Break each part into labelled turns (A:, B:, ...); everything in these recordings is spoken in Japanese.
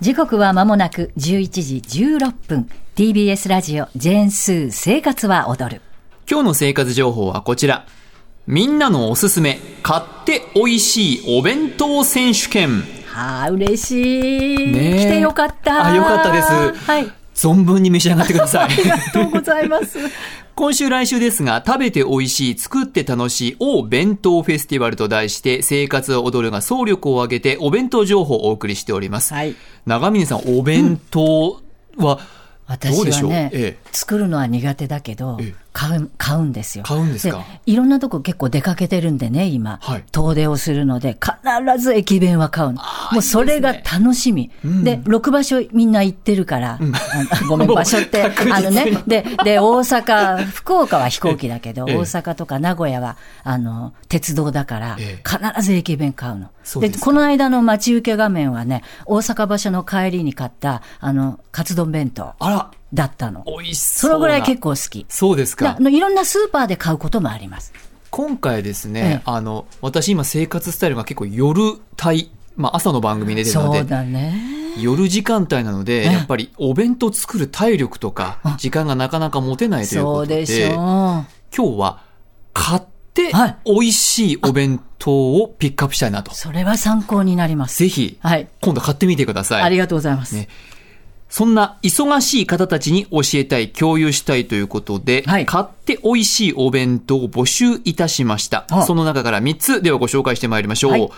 A: 時刻は間もなく11時16分 TBS ラジオジェーンスー生活は踊る
B: 今日の生活情報はこちら。みんなのおすすめ、買って美味しいお弁当選手権。
A: はあ嬉しい、
B: ねえ
A: 来てよかった
B: あよかったです
A: はい
B: 存分に召し上がってく ださい。
A: ありがとうございます
B: 今週来週ですが、食べて美味しい、作って楽しい、お弁当フェスティバルと題して、生活を踊るが総力を挙げて、お弁当情報をお送りしております。
A: はい
B: 長峰さん、お弁当は、どう
A: 私
B: でしょ
A: は
B: う
A: ね、
B: え
A: 作るのは苦手だけど
B: ええ
A: 買う買うんですよ
B: 買うんですか
A: いろんなとこ結構出かけてるんでね今、
B: はい
A: 遠出をするので必ず駅弁は買うの
B: あー
A: もうそれが
B: いいです
A: 楽しみで,、6場所みんな行ってるから、あのごめん
B: もう
A: 場所って
B: 確実に
A: あのねでで大阪福岡は飛行機だけど、
B: ええ
A: 大阪とか名古屋はあの鉄道だから、
B: え
A: 必ず駅弁買うの
B: そう
A: で
B: ですか
A: この間の待ち受け画面はね大阪場所の帰りに買ったあのカツ丼弁当
B: あら、
A: だったの
B: 美味しそ
A: そう
B: な。
A: のぐらい結構好き
B: そうです
A: だ
B: か
A: あ。のいろんなスーパーで買うこともあります。
B: 今回ですね
A: ええ、
B: あの、私今生活スタイルが結構夜帯、まあ朝の番組に出てるの
A: そ
B: で
A: う、だね。
B: 夜時間帯なので、
A: え
B: やっぱりお弁当作る体力とか、時間がなかなか持てないというこ
A: そ
B: と
A: う
B: で、
A: でしょう。
B: 今日は買って
A: はい
B: 美味しいお弁当をピックアップしたいなと。
A: それは参考になります。
B: ぜひ、
A: はい。
B: 今度買ってみてくださ
A: あり
B: い。
A: がとうございます。
B: ねそんな忙しい方たちに教えたい、共有したいということで、
A: はい
B: 買って美味しいお弁当を募集いたしました
A: あ。
B: その中から3つではご紹介してまいりましょう。
A: はい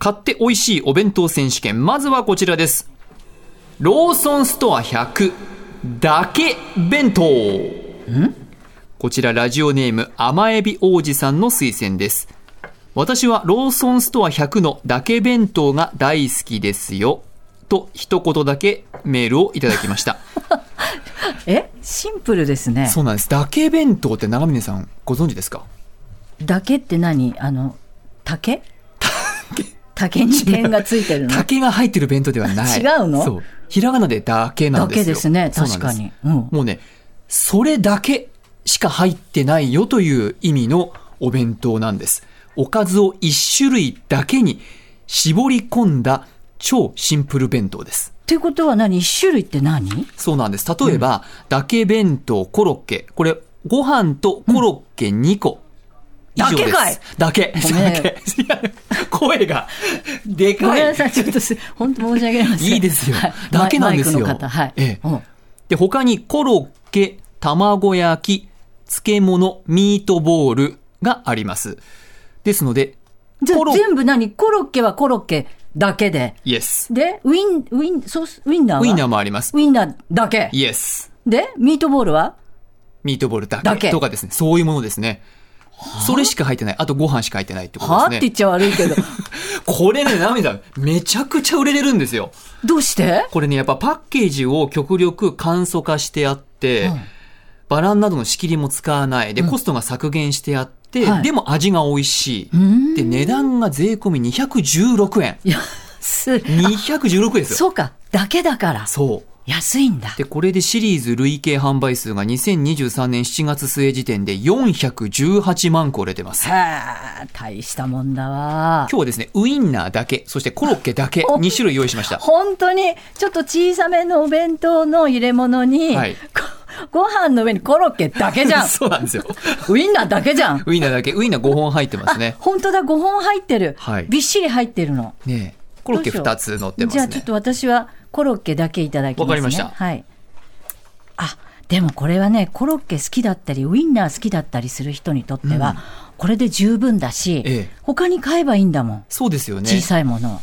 B: 買って美味しいお弁当選手権、まずはこちらです。ローソンストア100だけ弁当こちらラジオネーム甘エビ王子さんの推薦です私はローソンストア100のだけ弁当が大好きですよと一言だけメールをいただきました
A: えシンプルですね。
B: そうなんですだけ弁当って長峰さんご存知ですか
A: だけって何あの、竹竹に点がついてるの。
B: 竹が入ってる弁当ではない
A: 違うの
B: そうひらがなでだけなんですよ
A: だけですね
B: そうなんで
A: 確か
B: す
A: にうん
B: もうねそれだけしか入ってないよという意味のお弁当なんですおかずを一種類だけに絞り込んだ超シンプル弁当です
A: っていうことは何一種類って何
B: そうなんです例えば、だけ弁当コロッケこれご飯とコロッケ2個、以上です
A: だけかい
B: だけ。
A: ごめん
B: だけ。いや声が、で
A: ご
B: か。
A: めんないさい、ちょっとす、本当申し訳ありません。
B: いいですよ
A: はい
B: だけなんです
A: マ
B: よ
A: イクの方、はい。
B: え
A: う
B: え
A: ん
B: で、他にコロッケ、卵焼き、漬物、ミートボールがあります。ですので、
A: じゃあ
B: コロ
A: 全部何コロッケはコロッケだけで。
B: イエス。
A: で、ウィン、ウィン、ソース、ウィンナーは
B: ウインナーもあります。
A: ウィンナーだけ。
B: イエス。
A: で、ミートボールは
B: ミートボールだ
A: だけ
B: けとかですね。そういうものですね。それしか入ってない。あとご飯しか入ってないってこと
A: はあっ
B: で
A: て言
B: すね
A: っ。ちゃ悪い けど。
B: これね、涙、めちゃくちゃ売れてるんですよ。
A: どうして
B: これね、やっぱパッケージを極力簡素化してあって、
A: うん
B: バランなどの仕切りも使わない。で、コストが削減してあって、
A: はい
B: でも味が美味しい。
A: ん
B: で、値段が税込み216円。
A: いや、す、
B: 216円ですよ。
A: そうか、だけだから。
B: そう。
A: 安いんだ。
B: で、これでシリーズ累計販売数が2023年7月末時点で418万個売れてます。
A: はあ、大したもんだわ。
B: 今日はですね、ウインナーだけ、そしてコロッケだけ、
A: お
B: 2種類用意しました。
A: 本当に、ちょっと小さめのお弁当の入れ物に、
B: はい
A: ごご飯の上にコロッケだけじゃん。
B: そうなんですよ。
A: ウインナーだけじゃん。
B: ウインナーだけ、ウインナー5本入ってますね。
A: 本当だ、5本入ってる。
B: はい
A: びっしり入ってるの。
B: ねえコロッケ
A: どうしよう
B: 2つ乗ってます
A: じゃ
B: ね。
A: あちょっと私はコロッケだけいただきますね。
B: わかりました
A: はい。あ、でもこれはね、コロッケ好きだったり、ウインナー好きだったりする人にとっては、これで十分だし、
B: ええ
A: 他に買えばいいんだもん。
B: そうですよね。
A: 小さいもの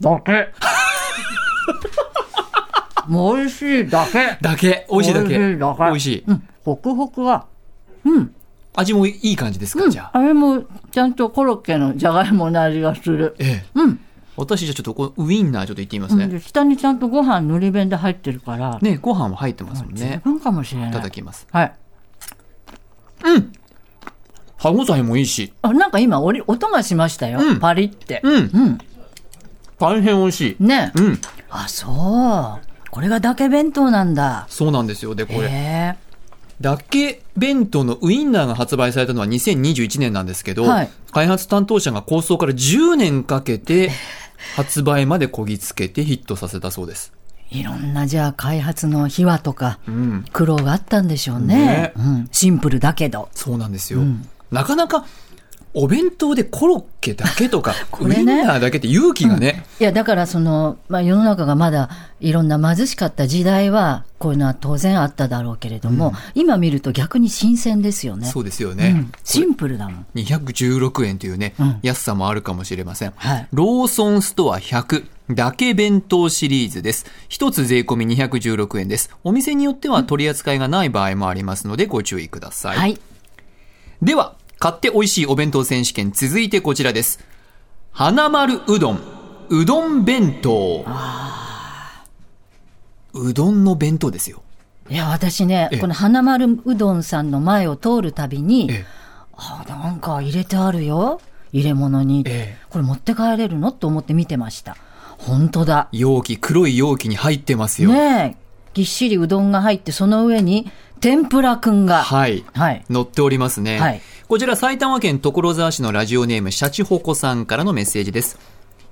A: を。だけ。 もう美味しいだけ。
B: だけ、美味しいだけ。
A: 美味しいだけ
B: 美味しい。
A: うん、ホクホクは。
B: 味もいい感じですか、
A: うん
B: じゃあ。
A: あれもちゃんとコロッケのじゃがいもの味がする。
B: ええ。
A: うん。
B: 私じゃあちょっとこのウインナーちょっといってみます
A: うん
B: ね。
A: で下にちゃんとご飯のり弁で入ってるから、
B: ねご飯も入ってますもん
A: 十
B: ね。
A: 分かもしれない
B: いただ
A: い
B: きます。
A: はい
B: 歯応えもいいし。
A: あなんか今おり音がしましたよ、
B: うん
A: パリって
B: うん。
A: うん、
B: 大変美味しい。
A: ね、
B: うん。
A: あそうこれがだけ弁当なんだ
B: そうなんですよ。で、これ、
A: へえ
B: だけ弁当のウインナーが発売されたのは2021年なんですけど、
A: はい
B: 開発担当者が構想から10年かけて発売までこぎつけてヒットさせたそうです。
A: いろんなじゃあ開発の秘話とか
B: ん
A: 苦労があったんでしょうね
B: ね
A: うん、シンプルだけど
B: そうなんですよ。なかなかお弁当でコロッケだけとか、
A: こ
B: ウ
A: れ
B: イン
A: ね
B: ナーだけって勇気がね、
A: いやだからその、まあ、世の中がまだいろんな貧しかった時代はこういうのは当然あっただろうけれども、今見ると逆に新鮮ですよね
B: そうですよ
A: う
B: ね
A: ん。シンプルだもん
B: 216円というね、
A: うん
B: 安さもあるかもしれません、
A: はい
B: ローソンストア100だけ弁当シリーズです一つ税込み216円ですお店によっては取り扱いがない場合もありますのでご注意ください、
A: はい
B: では買って美味しいお弁当選手権続いてこちらです花丸うどんうどん弁当うどんの弁当ですよ
A: いや私ね
B: ええ
A: この花丸うどんさんの前を通るたびに、
B: ええ
A: あなんか入れてあるよ入れ物に、
B: ええ
A: これ持って帰れるのと思って見てました本当だ
B: 容器黒い容器に入ってますよ、
A: ねえぎっしりうどんが入ってその上に天ぷらくんがい、
B: はい
A: はい、
B: 載っておりますね、
A: はい
B: こちら埼玉県所沢市のラジオネームシャチホコさんからのメッセージです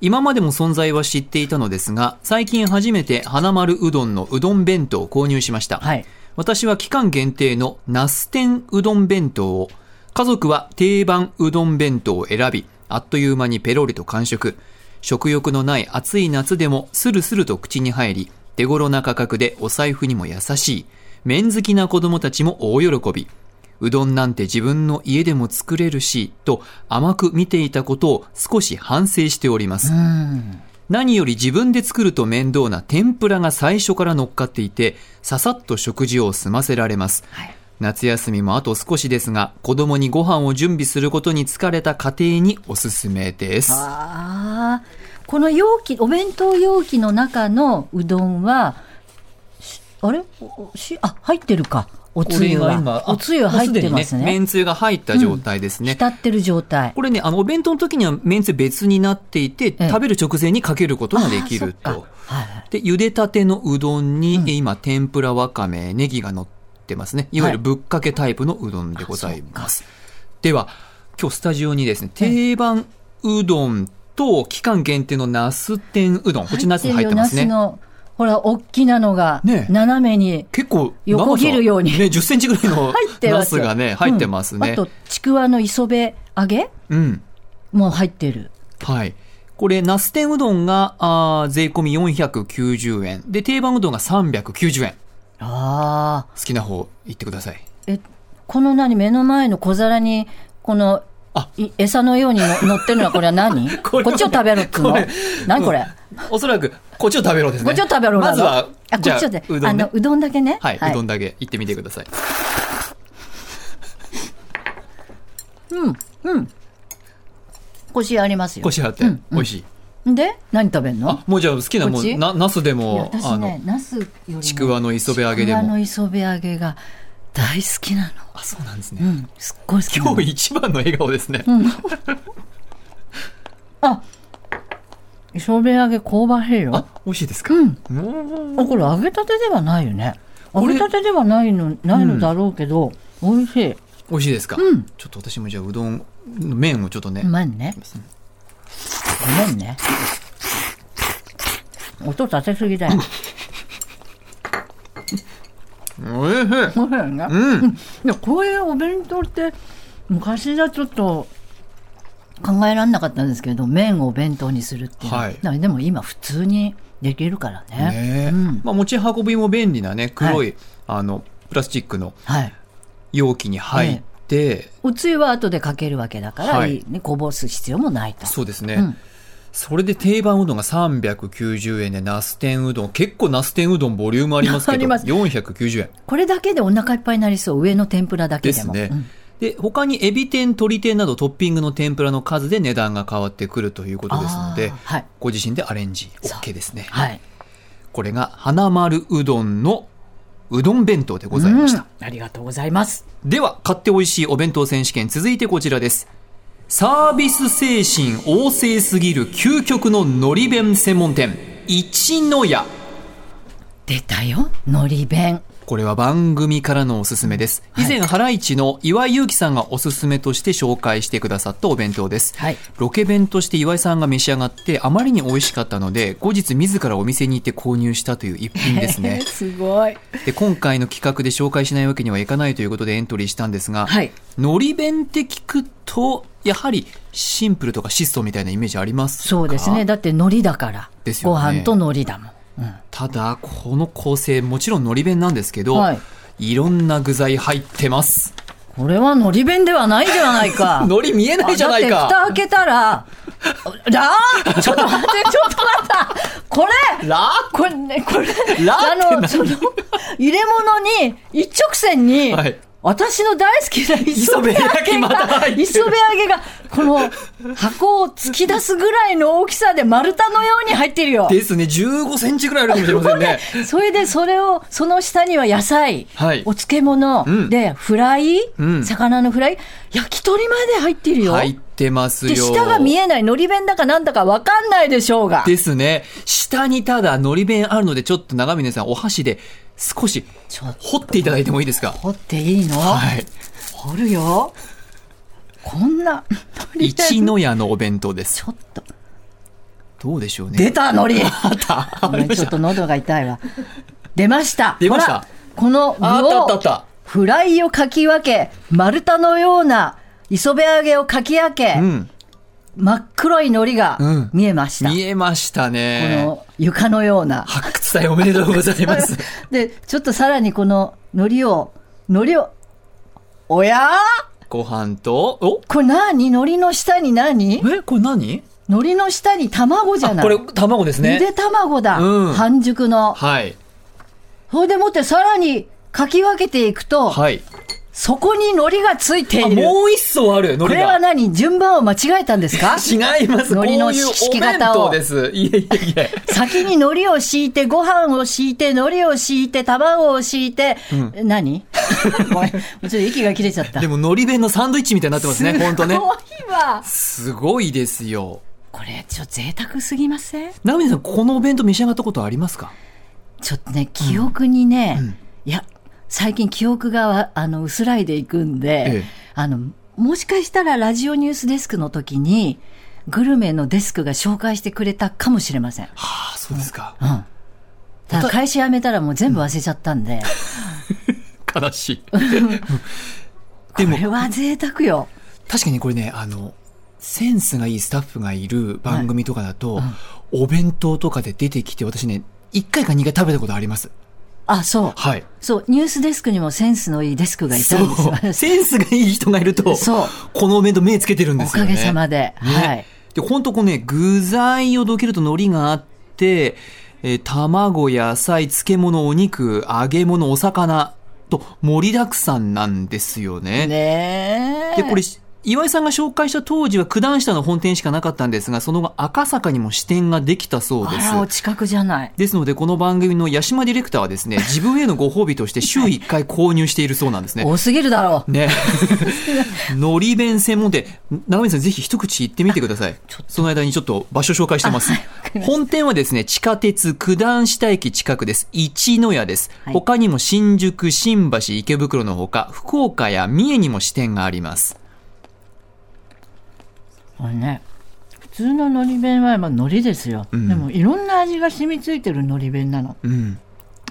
B: 今までも存在は知っていたのですが最近初めて花丸うどんのうどん弁当を購入しました、
A: はい
B: 私は期間限定のナス天うどん弁当を家族は定番うどん弁当を選びあっという間にペロリと完食食欲のない暑い夏でもスルスルと口に入り手頃な価格でお財布にも優しい麺好きな子供たちも大喜びうどんなんて自分の家でも作れるしと甘く見ていたことを少し反省しております
A: うん
B: 何より自分で作ると面倒な天ぷらが最初から乗っかっていてささっと食事を済ませられます、
A: はい
B: 夏休みもあと少しですが子供にご飯を準備することに疲れた家庭におすすめです
A: ああこの容器お弁当容器の中のうどんはしあれおしあ入ってるかおつゆはおつゆは入ってますね
B: 麺つゆが入った状態ですね、
A: 浸ってる状態
B: これねあのお弁当の時には麺つゆ別になっていて、
A: ええ
B: 食べる直前にかけることができる
A: あーそっ
B: と
A: かはいはい
B: で茹でたてのうどんに、今天ぷらわかめネギが乗ってますねいわゆるぶっかけタイプのうどんでございます、では今日スタジオにですね定番うどんと期間限定のナス天うどんこっちナス入ってます
A: るよ
B: ね
A: ナスのほら大きなのが
B: ねえ
A: 斜めに
B: 結構
A: 横切るように
B: 長さね、10センチぐらい
A: 入
B: の
A: って
B: ナ
A: ます
B: ス
A: よ
B: がね入ってます
A: うん
B: ね
A: あとちくわの磯辺揚げ
B: うん
A: も入ってる
B: はい。これ、ナス天うどんが、あー税込み490円。で、定番うどんが390円。
A: ああ
B: 好きな方、行ってください。
A: えこの何目の前の小皿にこの
B: あ
A: い餌のようにの乗ってるのはこれは何 こ
B: これはね
A: っちを食べろっつうの
B: これ
A: 何これ、
B: おそらく、こっちを食べろですね。
A: こっちを食べろなの
B: まずは、
A: あこ
B: じゃ
A: っ
B: あ、
A: ちをで
B: うど
A: あ
B: んね
A: の。うどんだけね
B: はい、うどんだけ行ってみてください。
A: コシありますよ
B: こしあって、美味しい。
A: で何食べんの
B: あ、もうじゃあ好きなも
A: こっち
B: ん、な、ナスで
A: いや
B: も、
A: 私
B: あの
A: ね、ナスよりも
B: ちくわの磯辺揚げでも
A: ちくわの磯辺揚げが大好きなの
B: あ、そうなんです
A: う
B: ね。
A: んすっごい好きなの
B: 今日一番の笑顔ですね。
A: あ磯辺揚げ香ばしいよ
B: あ、美味しいですか
A: うん
B: うん
A: あこれ揚げたてではないよね
B: れ
A: 揚げたてではないのないのだろうけど、美味しい
B: 美味しいですか
A: うん
B: ちょっと私もじゃあ、うどん、麺をちょっとね
A: う。まいねごめんね音立てすぎだよ
B: 美味しい。
A: ごめんね
B: うん。
A: いやこういうお弁当って昔じゃちょっと考えられなかったんですけど麺をお弁当にするっていうの
B: はい
A: だからでも今普通にできるからね
B: ねえ
A: うん、
B: まあ、持ち運びも便利なね黒い、
A: は
B: あのプラスチックの
A: はい
B: 容器に入って、
A: おつゆは後でかけるわけだから、
B: は
A: い
B: い
A: いね、こぼす必要もないと
B: そうですね、
A: うん
B: それで定番うどんが390円でナス天うどん結構ナス天うどんボリュームありますけ
A: あ
B: ど
A: ります
B: 490円
A: これだけでお腹いっぱいになりそう上の天ぷらだけ
B: で
A: ですも
B: ね、
A: うん
B: で他にエビ天鶏天などトッピングの天ぷらの数で値段が変わってくるということですので、
A: あーはい
B: ご自身でアレンジ
A: そう
B: OK ですね、
A: はい
B: これが花丸うどんのうどん弁当でございました、
A: うんありがとうございます
B: では買って美味しいお弁当選手権続いてこちらですサービス精神旺盛すぎる究極ののり弁専門店一の屋
A: 出たよのり弁
B: これは番組からのおすすめです。以前、ハライチの岩井勇気さんがおすすめとして紹介してくださったお弁当です。
A: はい、
B: ロケ弁として岩井さんが召し上がって、あまりに美味しかったので、後日自らお店に行って購入したという一品ですね。
A: すごい。
B: で、今回の企画で紹介しないわけにはいかないということでエントリーしたんですが、
A: はい。
B: のり弁って聞くと、やはりシンプルとか質素みたいなイメージあります
A: そうですね。だって海苔だから。
B: です
A: よね。ご飯と海苔だもん。うん、
B: ただこの構成もちろんのり弁なんですけど、、
A: はい
B: いろんな具材入ってます
A: これはのり弁ではないじゃないか
B: のり見えないじゃないか
A: 蓋開けたらラーちょっと待ってちょっと待ったこれ
B: ラ
A: ーこれねこれ
B: ラ
A: あのその入れ物に一直線に、
B: はい
A: 私の大好きな磯辺揚げが、磯辺揚げが、この箱を突き出すぐらいの大きさで丸太のように入ってるよ。
B: ですね、15センチぐらいあるかもしれませんね。
A: それでそれを、その下には野菜、
B: はい、
A: お漬物、
B: うん、
A: で、フライ、
B: うん、
A: 魚のフライ、焼き鳥まで入ってるよ。
B: 入ってますよ。で、
A: 下が見えない、のり弁だかなんだかわかんないでしょうが。
B: ですね。下にただのり弁あるので、ちょっと長峰さんお箸で、少し掘っていただいてもいいですか
A: 掘っていいの、
B: はい、
A: 掘るよこんな
B: 一の屋のお弁当です
A: ちょっと
B: どうでしょうね
A: 出たのり
B: あったありま
A: ちょっと喉が痛いわ出ました
B: 出ました
A: この
B: あったあったあった
A: フライをかき分け丸太のような磯辺揚げをかき分け、
B: うん、
A: 真っ黒いのりが見えました、
B: 見えましたね
A: この床のような
B: 発掘祭おめでとうございます
A: でちょっとさらにこののりをのりをおや
B: ご飯とお
A: これ何のりの下に何
B: えこれ何
A: のりの下に卵じゃない
B: これ卵ですね
A: ゆで卵だ、
B: うん、
A: 半熟の
B: はい
A: それでもってさらにかき分けていくと、
B: はい、
A: そこに海苔がついている。
B: もう一層ある、海苔
A: これは何順番を間違えたんですか
B: 違います。
A: 海苔の敷き方を。
B: そうです。いえいえいえ。
A: 先に海苔を敷いて、ご飯を敷いて、海苔を敷いて、卵を敷いて、うん、何 ごめん。もうちょっと息が切れちゃった。
B: でも海苔弁のサンドイッチみたいになってますね、本当ね。す
A: ごいわ。
B: すごいですよ。
A: これ、ちょっと贅沢すぎません
B: ナミさん、このお弁当召し上がったことありますか
A: ちょっとね、記憶にね、
B: うんうん、
A: いや、最近記憶があの薄らいでいくんで、
B: ええ、
A: あのもしかしたらラジオニュースデスクの時にグルメのデスクが紹介してくれたかもしれません。
B: はあ、そうですか。
A: うん。ただ会社辞めたらもう全部忘れちゃったんで。
B: うん、悲しい。
A: でも。これは贅沢よ。
B: 確かにこれね、あの、センスがいいスタッフがいる番組とかだと、はいうん、お弁当とかで出てきて、私ね、1回か2回食べたことあります。
A: あ、そう。
B: はい。
A: そう、ニュースデスクにもセンスのいいデスクがいたんです
B: センスがいい人がいると、
A: そう。
B: このお弁当目つけてるんですよ、ね、
A: おかげさまで。ね、はい。
B: で、本当こうね、具材をどけると海苔があって、えー、卵、野菜、漬物、お肉、揚げ物、お魚と盛りだくさんなんですよね。
A: ね
B: で、これ、岩井さんが紹介した当時は九段下の本店しかなかったんですが、その後赤坂にも支店ができたそうです。
A: あら、お近くじゃない。
B: ですので、この番組の八島ディレクターは ですね、自分へのご褒美として週1回購入しているそうなんですね。
A: 多すぎるだろ
B: う。ね。 のり弁専門店、長見さんぜひ一口行ってみてください。その間にちょっと場所紹介してます。
A: はい、
B: 本店はですね、地下鉄九段下駅近くです。一の屋です。はい、他にも新宿、新橋、池袋のほか、福岡や三重にも支店があります。
A: これね普通ののり弁はまあ海苔ですよ、
B: うん、
A: でもいろんな味が染みついてるのり弁なの、
B: うん、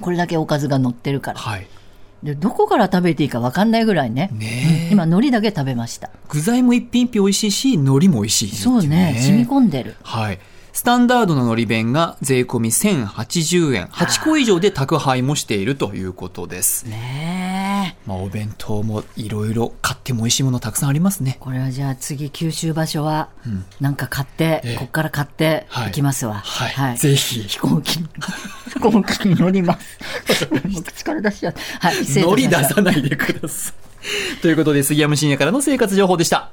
A: これだけおかずが乗ってるから、
B: はい、
A: でどこから食べていいか分かんないぐらいね
B: ね、
A: うん、今海苔だけ食べました
B: 具材も一品一品美味しいし海苔も美味しい、ね、
A: そうね染み込んでる
B: はいスタンダードののり弁が税込み1080円8個以上で宅配もしているということです
A: ね
B: まあ、お弁当もいろいろ買っても美味しいものたくさんありますね
A: これはじゃあ次九州場所はなんか買って、うん、ここから買っていきますわ
B: はい、はいはい、ぜ ひ
A: 飛行機飛行機に乗ります 口から出しちゃった、はい、
B: 乗り出さないでくださいということで杉山深也からの生活情報でした